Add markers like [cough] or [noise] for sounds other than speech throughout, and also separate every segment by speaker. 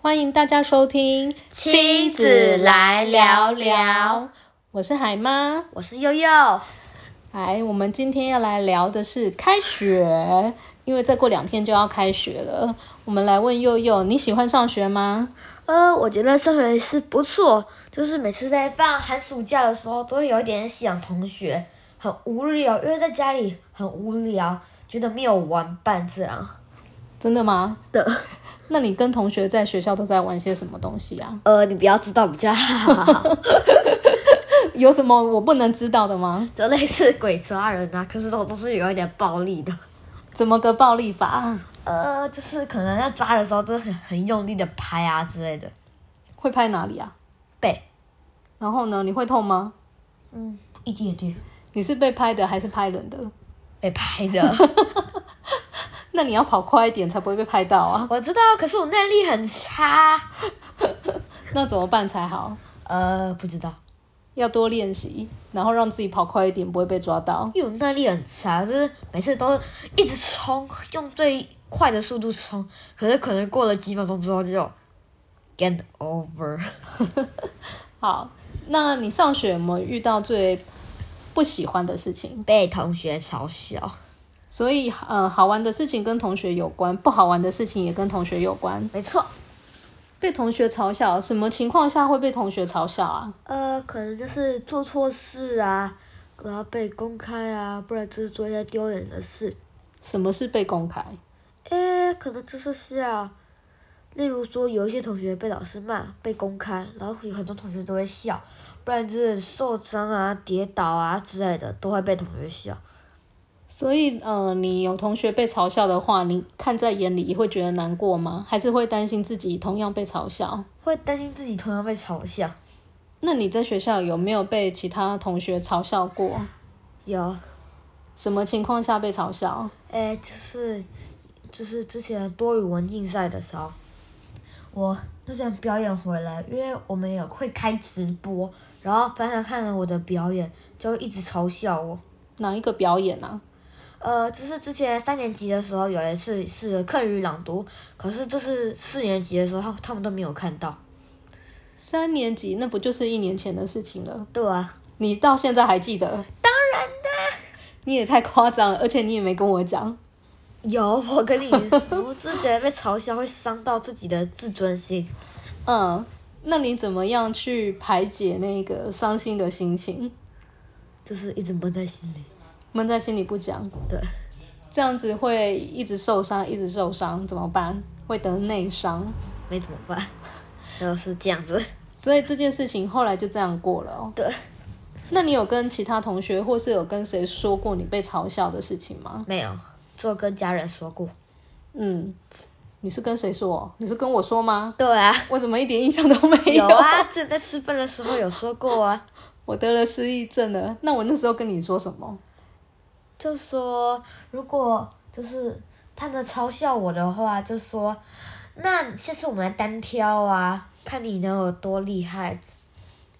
Speaker 1: 欢迎大家收听《
Speaker 2: 亲子来聊聊》，
Speaker 1: 我是海妈。
Speaker 2: 我是悠悠，
Speaker 1: 来，我们今天要来聊的是开学，因为再过两天就要开学了。我们来问佑佑，你喜欢上学吗？
Speaker 2: 呃，我觉得上学是不错，就是每次在放寒暑假的时候，都会有一点想同学，很无聊，因为在家里很无聊，觉得没有玩伴这样
Speaker 1: 真的吗？
Speaker 2: 的。
Speaker 1: 那你跟同学在学校都在玩些什么东西啊？
Speaker 2: [laughs] 呃，你不要知道比较好， [laughs]
Speaker 1: 有什么我不能知道的吗？
Speaker 2: 就类似鬼抓人啊，可是都都是有一点暴力的。
Speaker 1: 怎么个暴力法？
Speaker 2: [laughs] 呃，就是可能要抓的时候，都很很用力的拍啊之类的，
Speaker 1: 会拍哪里啊？
Speaker 2: 背，
Speaker 1: 然后呢？你会痛吗？
Speaker 2: 嗯，一点点
Speaker 1: 你是被拍的还是拍人的？
Speaker 2: 被拍 [laughs] 的。
Speaker 1: 那你要跑快一点才不会被拍到啊！
Speaker 2: 我知道，可是我耐力很差。
Speaker 1: 那怎么办才好？
Speaker 2: 呃，不知道。
Speaker 1: 要多练习，然后让自己跑快一点，不会被抓到。
Speaker 2: 因为我耐力很差，就是每次都一直冲，用最快的速度冲，可是可能过了几秒钟之后就 get over。
Speaker 1: 好，那你上学有没有遇到最不喜欢的事情？
Speaker 2: 被同学嘲笑，
Speaker 1: 所以，呃，好玩的事情跟同学有关，不好玩的事情也跟同学有关。
Speaker 2: 没错。
Speaker 1: 被同学嘲笑，什么情况下会被同学嘲笑啊？
Speaker 2: 呃，可能就是做错事啊，然后被公开啊，不然就是做一些丢脸的事。
Speaker 1: 什么是被公开？
Speaker 2: 诶，可能就是笑。例如说，有一些同学被老师骂，被公开，然后有很多同学都会笑，不然就是受伤啊、跌倒啊之类的，都会被同学笑。
Speaker 1: 所以，呃，你有同学被嘲笑的话，你看在眼里，你会觉得难过吗？还是会担心自己同样被嘲笑？
Speaker 2: 会担心自己同样被嘲笑。
Speaker 1: 那你在学校有没有被其他同学嘲笑过？
Speaker 2: 有，
Speaker 1: 什么情况下被嘲笑？
Speaker 2: 诶，就是就是之前多语文竞赛的时候，我那天表演回来，因为我们有会开直播，然后班上看了我的表演，就一直嘲笑我。
Speaker 1: 哪一个表演啊？
Speaker 2: 呃，就是之前三年级的时候有一次是课语朗读，可是这次四年级的时候，他他们都没有看到。
Speaker 1: 三年级，那不就是一年前的事情了？
Speaker 2: 对啊，
Speaker 1: 你到现在还记得？当然啦！你也太夸张了，而且你也没跟我讲。
Speaker 2: 有我跟你说， [laughs] 我就是觉得被嘲笑会伤到自己的自尊心。
Speaker 1: 嗯，那你怎么样去排解那个伤心的心情？
Speaker 2: 就是一直闷在心里。
Speaker 1: 闷在心里不讲，
Speaker 2: 对，
Speaker 1: 这样子会一直受伤，一直受伤，怎么办？会得内伤。
Speaker 2: 没怎么 [laughs] 办，就是这样子。
Speaker 1: 所以这件事情后来就这样过了哦。
Speaker 2: 对，
Speaker 1: 那你有跟其他同学，或是有跟谁说过你被嘲笑的事情吗？
Speaker 2: 没有，只有跟家人说过。
Speaker 1: 嗯，你是跟谁说？你是跟我说吗？
Speaker 2: 对啊，
Speaker 1: 我怎么一点印象都没
Speaker 2: 有啊，之前在吃饭的时候有说过啊，
Speaker 1: 我得了失忆症了。那我那时候跟你说什么？
Speaker 2: 就说如果就是他们嘲笑我的话，就说那下次我们来单挑啊，看你能有多厉害。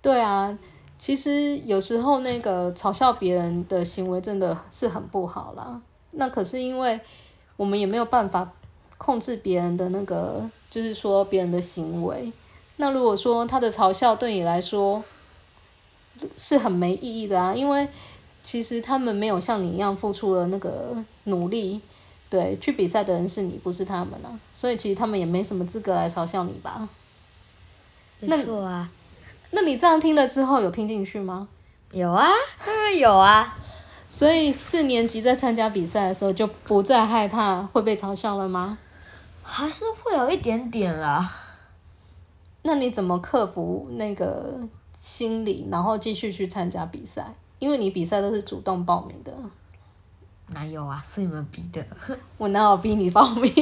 Speaker 1: 对啊，其实有时候那个嘲笑别人的行为真的是很不好啦。那可是因为我们也没有办法控制别人的那个，就是说别人的行为。那如果说他的嘲笑对你来说是很没意义的啊，因为其实他们没有像你一样付出了那个努力。对，去比赛的人是你，不是他们啊，所以其实他们也没什么资格来嘲笑你吧？
Speaker 2: 没错啊，
Speaker 1: 那你这样听了之后，有听进去吗？
Speaker 2: 有啊，当然有啊。
Speaker 1: 所以四年级在参加比赛的时候，就不再害怕会被嘲笑了吗？
Speaker 2: 还是会有一点点啦，
Speaker 1: 那你怎么克服那个心理，然后继续去参加比赛？因为你比赛都是主动报名的，
Speaker 2: 哪有啊？是你们逼的。 [laughs]
Speaker 1: 我哪有逼你报名？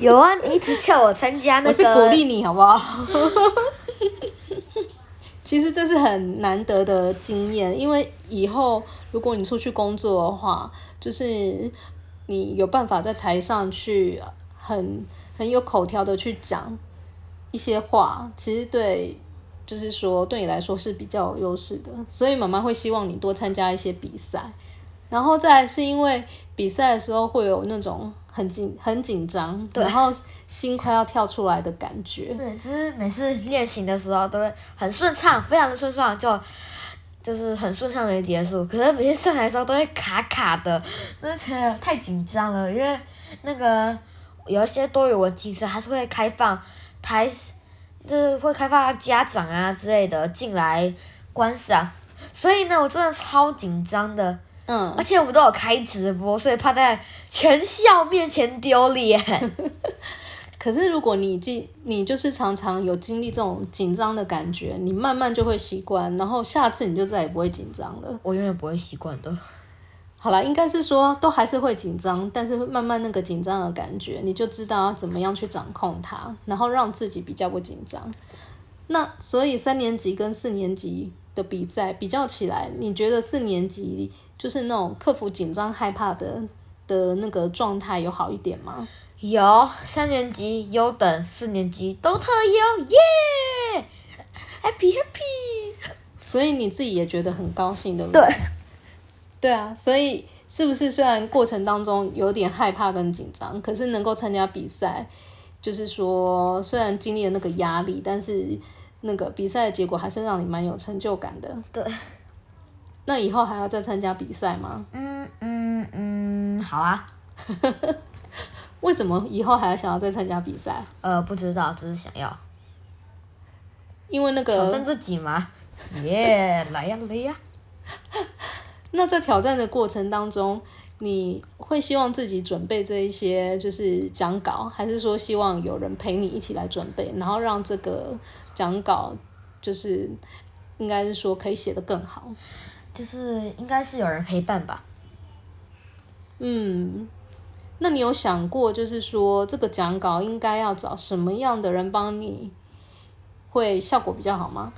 Speaker 2: 有啊，你一直叫我参加
Speaker 1: 我是鼓励你好 [laughs] 不好？其实这是很难得的经验，因为以后如果你出去工作的话，就是你有办法在台上去很很有口条的去讲一些话，其实对，就是说对你来说是比较有优势的，所以妈妈会希望你多参加一些比赛，然后再来是因为比赛的时候会有那种很紧很紧张，然后心快要跳出来的感觉。
Speaker 2: 对，只是每次练习的时候都会很顺畅，非常的顺畅，就就是很顺畅的结束。可是每次上台的时候都会卡卡的，那觉得太紧张了，因为那个有一些多语文竞赛还是会开放台，就是会开放家长啊之类的进来观赏。所以呢，我真的超紧张的，
Speaker 1: 嗯
Speaker 2: 而，且我们都有开直播，所以怕在全校面前丢脸。 [laughs]
Speaker 1: 可是如果你经你就是常常有经历这种紧张的感觉，你慢慢就会习惯，然后下次你就再也不会紧张了。
Speaker 2: 我永远不会习惯的。
Speaker 1: 好啦，应该是说都还是会紧张，但是慢慢那个紧张的感觉，你就知道要怎么样去掌控它，然后让自己比较不紧张。那所以三年级跟四年级的比赛比较起来，你觉得四年级就是那种克服紧张害怕的的那个状态有好一点吗？
Speaker 2: 有三年级优等，四年级都特优，耶、h a p p y Happy。
Speaker 1: 所以你自己也觉得很高兴，对不对？
Speaker 2: 对，
Speaker 1: 对啊，所以是不是虽然过程当中有点害怕跟紧张，可是能够参加比赛，就是说虽然经历了那个压力，但是那个比赛的结果还是让你蛮有成就感的。
Speaker 2: 对，
Speaker 1: 那以后还要再参加比赛吗？
Speaker 2: 嗯嗯嗯，好啊。
Speaker 1: 为什么以后还要想要再参加比赛？
Speaker 2: 呃，不知道，只是想要
Speaker 1: 因为那
Speaker 2: 挑
Speaker 1: 个
Speaker 2: 战自己嘛。耶、来呀来呀！
Speaker 1: 那在挑战的过程当中，你会希望自己准备这一些就是讲稿，还是说希望有人陪你一起来准备，然后让这个讲稿就是应该是说可以写得更好？
Speaker 2: 就是应该是有人陪伴吧。
Speaker 1: 嗯，那你有想过就是说这个讲稿应该要找什么样的人帮你，会效果比较好吗？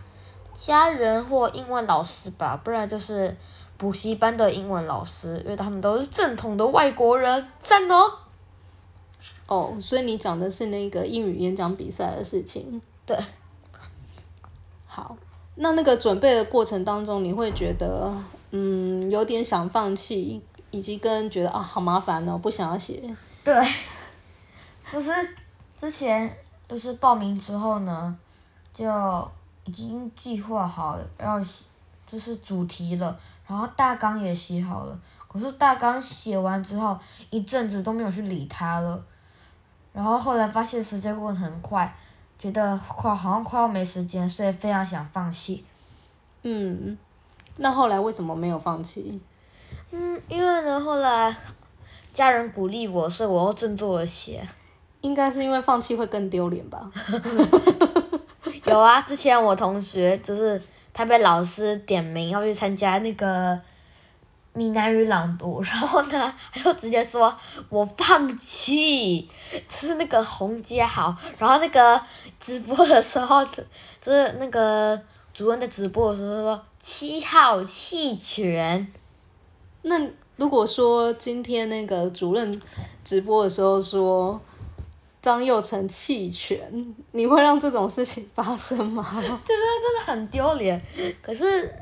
Speaker 2: 家人或英文老师吧，不然就是补习班的英文老师，因为他们都是正统的外国人，赞哦。
Speaker 1: 哦，所以你讲的是那个英语演讲比赛的事情。
Speaker 2: 对，
Speaker 1: 好，那那个准备的过程当中，你会觉得嗯有点想放弃，以及跟觉得啊好麻烦哦，不想要写。
Speaker 2: 对，就是之前就是报名之后呢，就已经计划好要写就是主题了，然后大纲也写好了。可是大纲写完之后，一阵子都没有去理它了。然后后来发现时间过得很快，觉得快好像快要没时间，所以非常想放弃。
Speaker 1: 嗯，那后来为什么没有放弃？
Speaker 2: 嗯，因为呢，后来家人鼓励我，所以我又振作了些。
Speaker 1: 应该是因为放弃会更丢脸吧？
Speaker 2: 有啊，之前我同学就是他被老师点名要去参加那个闽南语朗读，然后呢，他就直接说我放弃，就是那个洪杰豪，然后那个直播的时候，就是那个主任在直播的时候说七号弃权，
Speaker 1: 那如果说今天那个主任直播的时候说张佑成弃权，你会让这种事情发生吗？
Speaker 2: 这个真的很丢脸。可是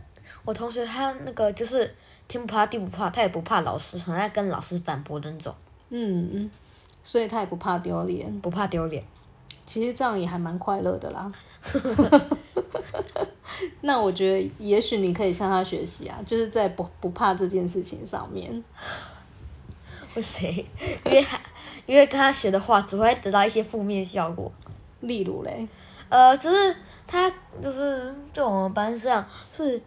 Speaker 2: 我同学他那个就是天不怕地不怕，他也不怕老师，很爱跟老师反驳的那种，
Speaker 1: 嗯，所以他也不怕丢脸，
Speaker 2: 不怕丢脸。
Speaker 1: 其实这样也还蛮快乐的啦。 [laughs] 那我觉得，也许你可以向他学习啊，就是在不不怕这件事情上面。
Speaker 2: 不行，因为他因为跟他学的话，只会得到一些负面效果。
Speaker 1: 例如嘞，
Speaker 2: 呃，就是他就是在我们班上是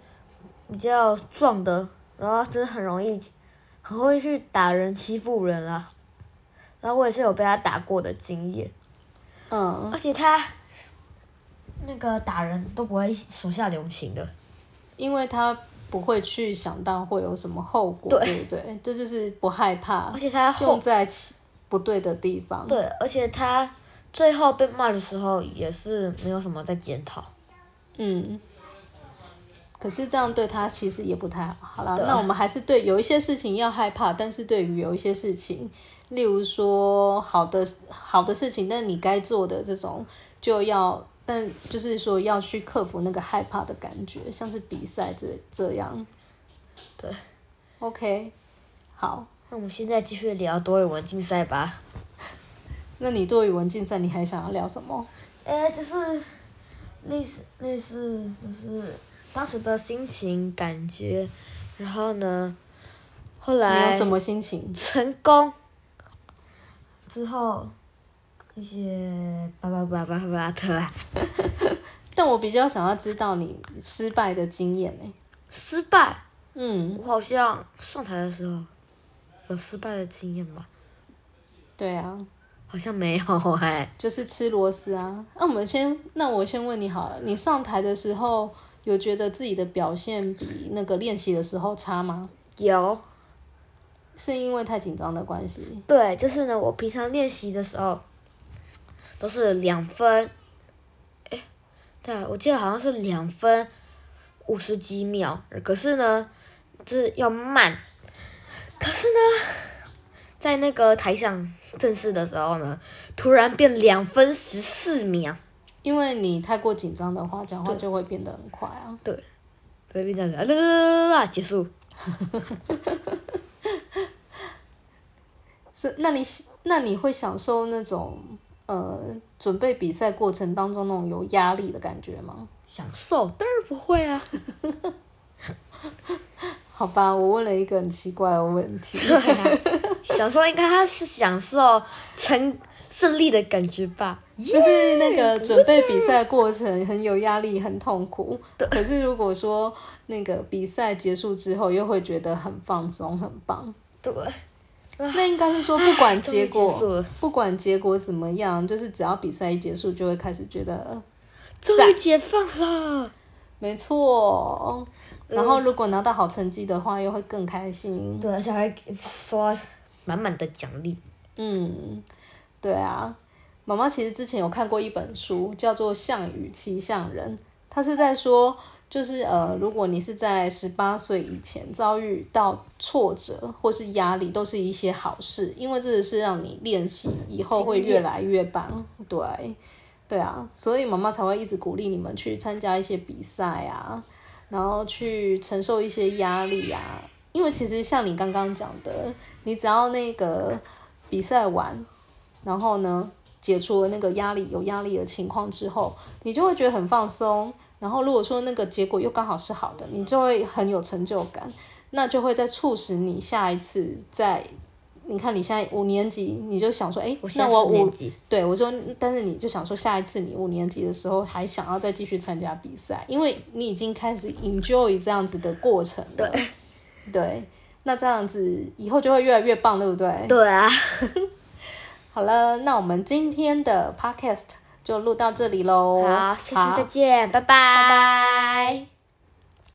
Speaker 2: 比较壮的，然后就是很容易很会去打人、欺负人啊。然后我也是有被他打过的经验，
Speaker 1: 嗯，
Speaker 2: 而且他那个打人都不会手下留情的。
Speaker 1: 因为他不会去想到会有什么后果，
Speaker 2: 对
Speaker 1: 对不对？这就是不害怕
Speaker 2: 而，且他后
Speaker 1: 用在其不对的地方。
Speaker 2: 对，而且他最后被骂的时候也是没有什么在检讨。
Speaker 1: 嗯，可是这样对他其实也不太好。好了，
Speaker 2: 对啊
Speaker 1: 那我们还是对有一些事情要害怕，但是对于有一些事情，例如说好的好的事情，但你该做的这种就要，但就是说要去克服那个害怕的感觉，像是比赛这这样。
Speaker 2: 嗯对
Speaker 1: ，OK，好，
Speaker 2: 那我们现在继续聊多语文竞赛吧。
Speaker 1: 那你对语文竞赛你还想要聊什么？
Speaker 2: 呃，就是类似类似，就是当时的心情感觉，然后呢，后
Speaker 1: 你有
Speaker 2: 来
Speaker 1: 什么心情？
Speaker 2: 成功之后，一些巴拉巴拉巴拉巴拉特啦，
Speaker 1: 但我比较想要知道你失败的经验呢、
Speaker 2: 失败。
Speaker 1: 嗯，
Speaker 2: 我好像上台的时候有失败的经验吧？
Speaker 1: 对啊，
Speaker 2: 好像没有哎、
Speaker 1: 就是吃螺丝啊。那、我们先，那我先问你好了，你上台的时候有觉得自己的表现比那个练习的时候差吗？
Speaker 2: 有，
Speaker 1: 是因为太紧张的关系？
Speaker 2: 对，就是呢，我平常练习的时候都是两分，哎，对，我记得好像是两分五十几秒，可是呢，就是要慢。可是呢，在那个台上正式的时候呢，突然变两分十四秒，
Speaker 1: 因为你太过紧张的话，讲话就会变得很快啊。
Speaker 2: 对，变成啊啦啦啦啦，结束。
Speaker 1: 是，那你那你会享受那种呃准备比赛过程当中那种有压力的感觉吗？
Speaker 2: 享受当然不会啊，
Speaker 1: 好吧，我问了一个很奇怪的问题。
Speaker 2: [laughs] 对啊，享受应该他是享受成胜利的感觉吧。
Speaker 1: 就是那个准备比赛过程很有压力，很痛苦。可是如果说那个比赛结束之后，又会觉得很放松，很棒。
Speaker 2: 对，
Speaker 1: 那应该是说，不管结
Speaker 2: 啊终于结束
Speaker 1: 果
Speaker 2: 了，
Speaker 1: 不管结果怎么样，就是只要比赛一结束，就会开始觉得呃
Speaker 2: 终于解放了。
Speaker 1: 没错。哦
Speaker 2: 呃
Speaker 1: 然后如果拿到好成绩的话，又会更开心。
Speaker 2: 对，而且还给刷满满的奖励。
Speaker 1: 嗯，对啊，妈妈其实之前有看过一本书，叫做《项羽骑象人》，他是在说，就是呃，如果你是在十八岁以前遭遇到挫折或是压力，都是一些好事，因为这是让你练习以后会越来越棒。对，对啊，所以妈妈才会一直鼓励你们去参加一些比赛啊，然后去承受一些压力啊。因为其实像你刚刚讲的，你只要那个比赛完，然后呢，解除了那个压力有压力的情况之后，你就会觉得很放松。然后如果说那个结果又刚好是好的，你就会很有成就感，那就会再促使你下一次再。你看，你现在五年级，你就想说，哎、
Speaker 2: 我现
Speaker 1: 那
Speaker 2: 在
Speaker 1: 我
Speaker 2: 四
Speaker 1: 五
Speaker 2: 年级，
Speaker 1: 对，我说，但是你就想说，下一次你五年级的时候还想要再继续参加比赛，因为你已经开始 enjoy 这样子的过程了。对，那这样子以后就会越来越棒，对不对？
Speaker 2: 对啊，
Speaker 1: 好了，那我们今天的 podcast 就录到这里喽。
Speaker 2: 好，下次再见，拜拜。拜拜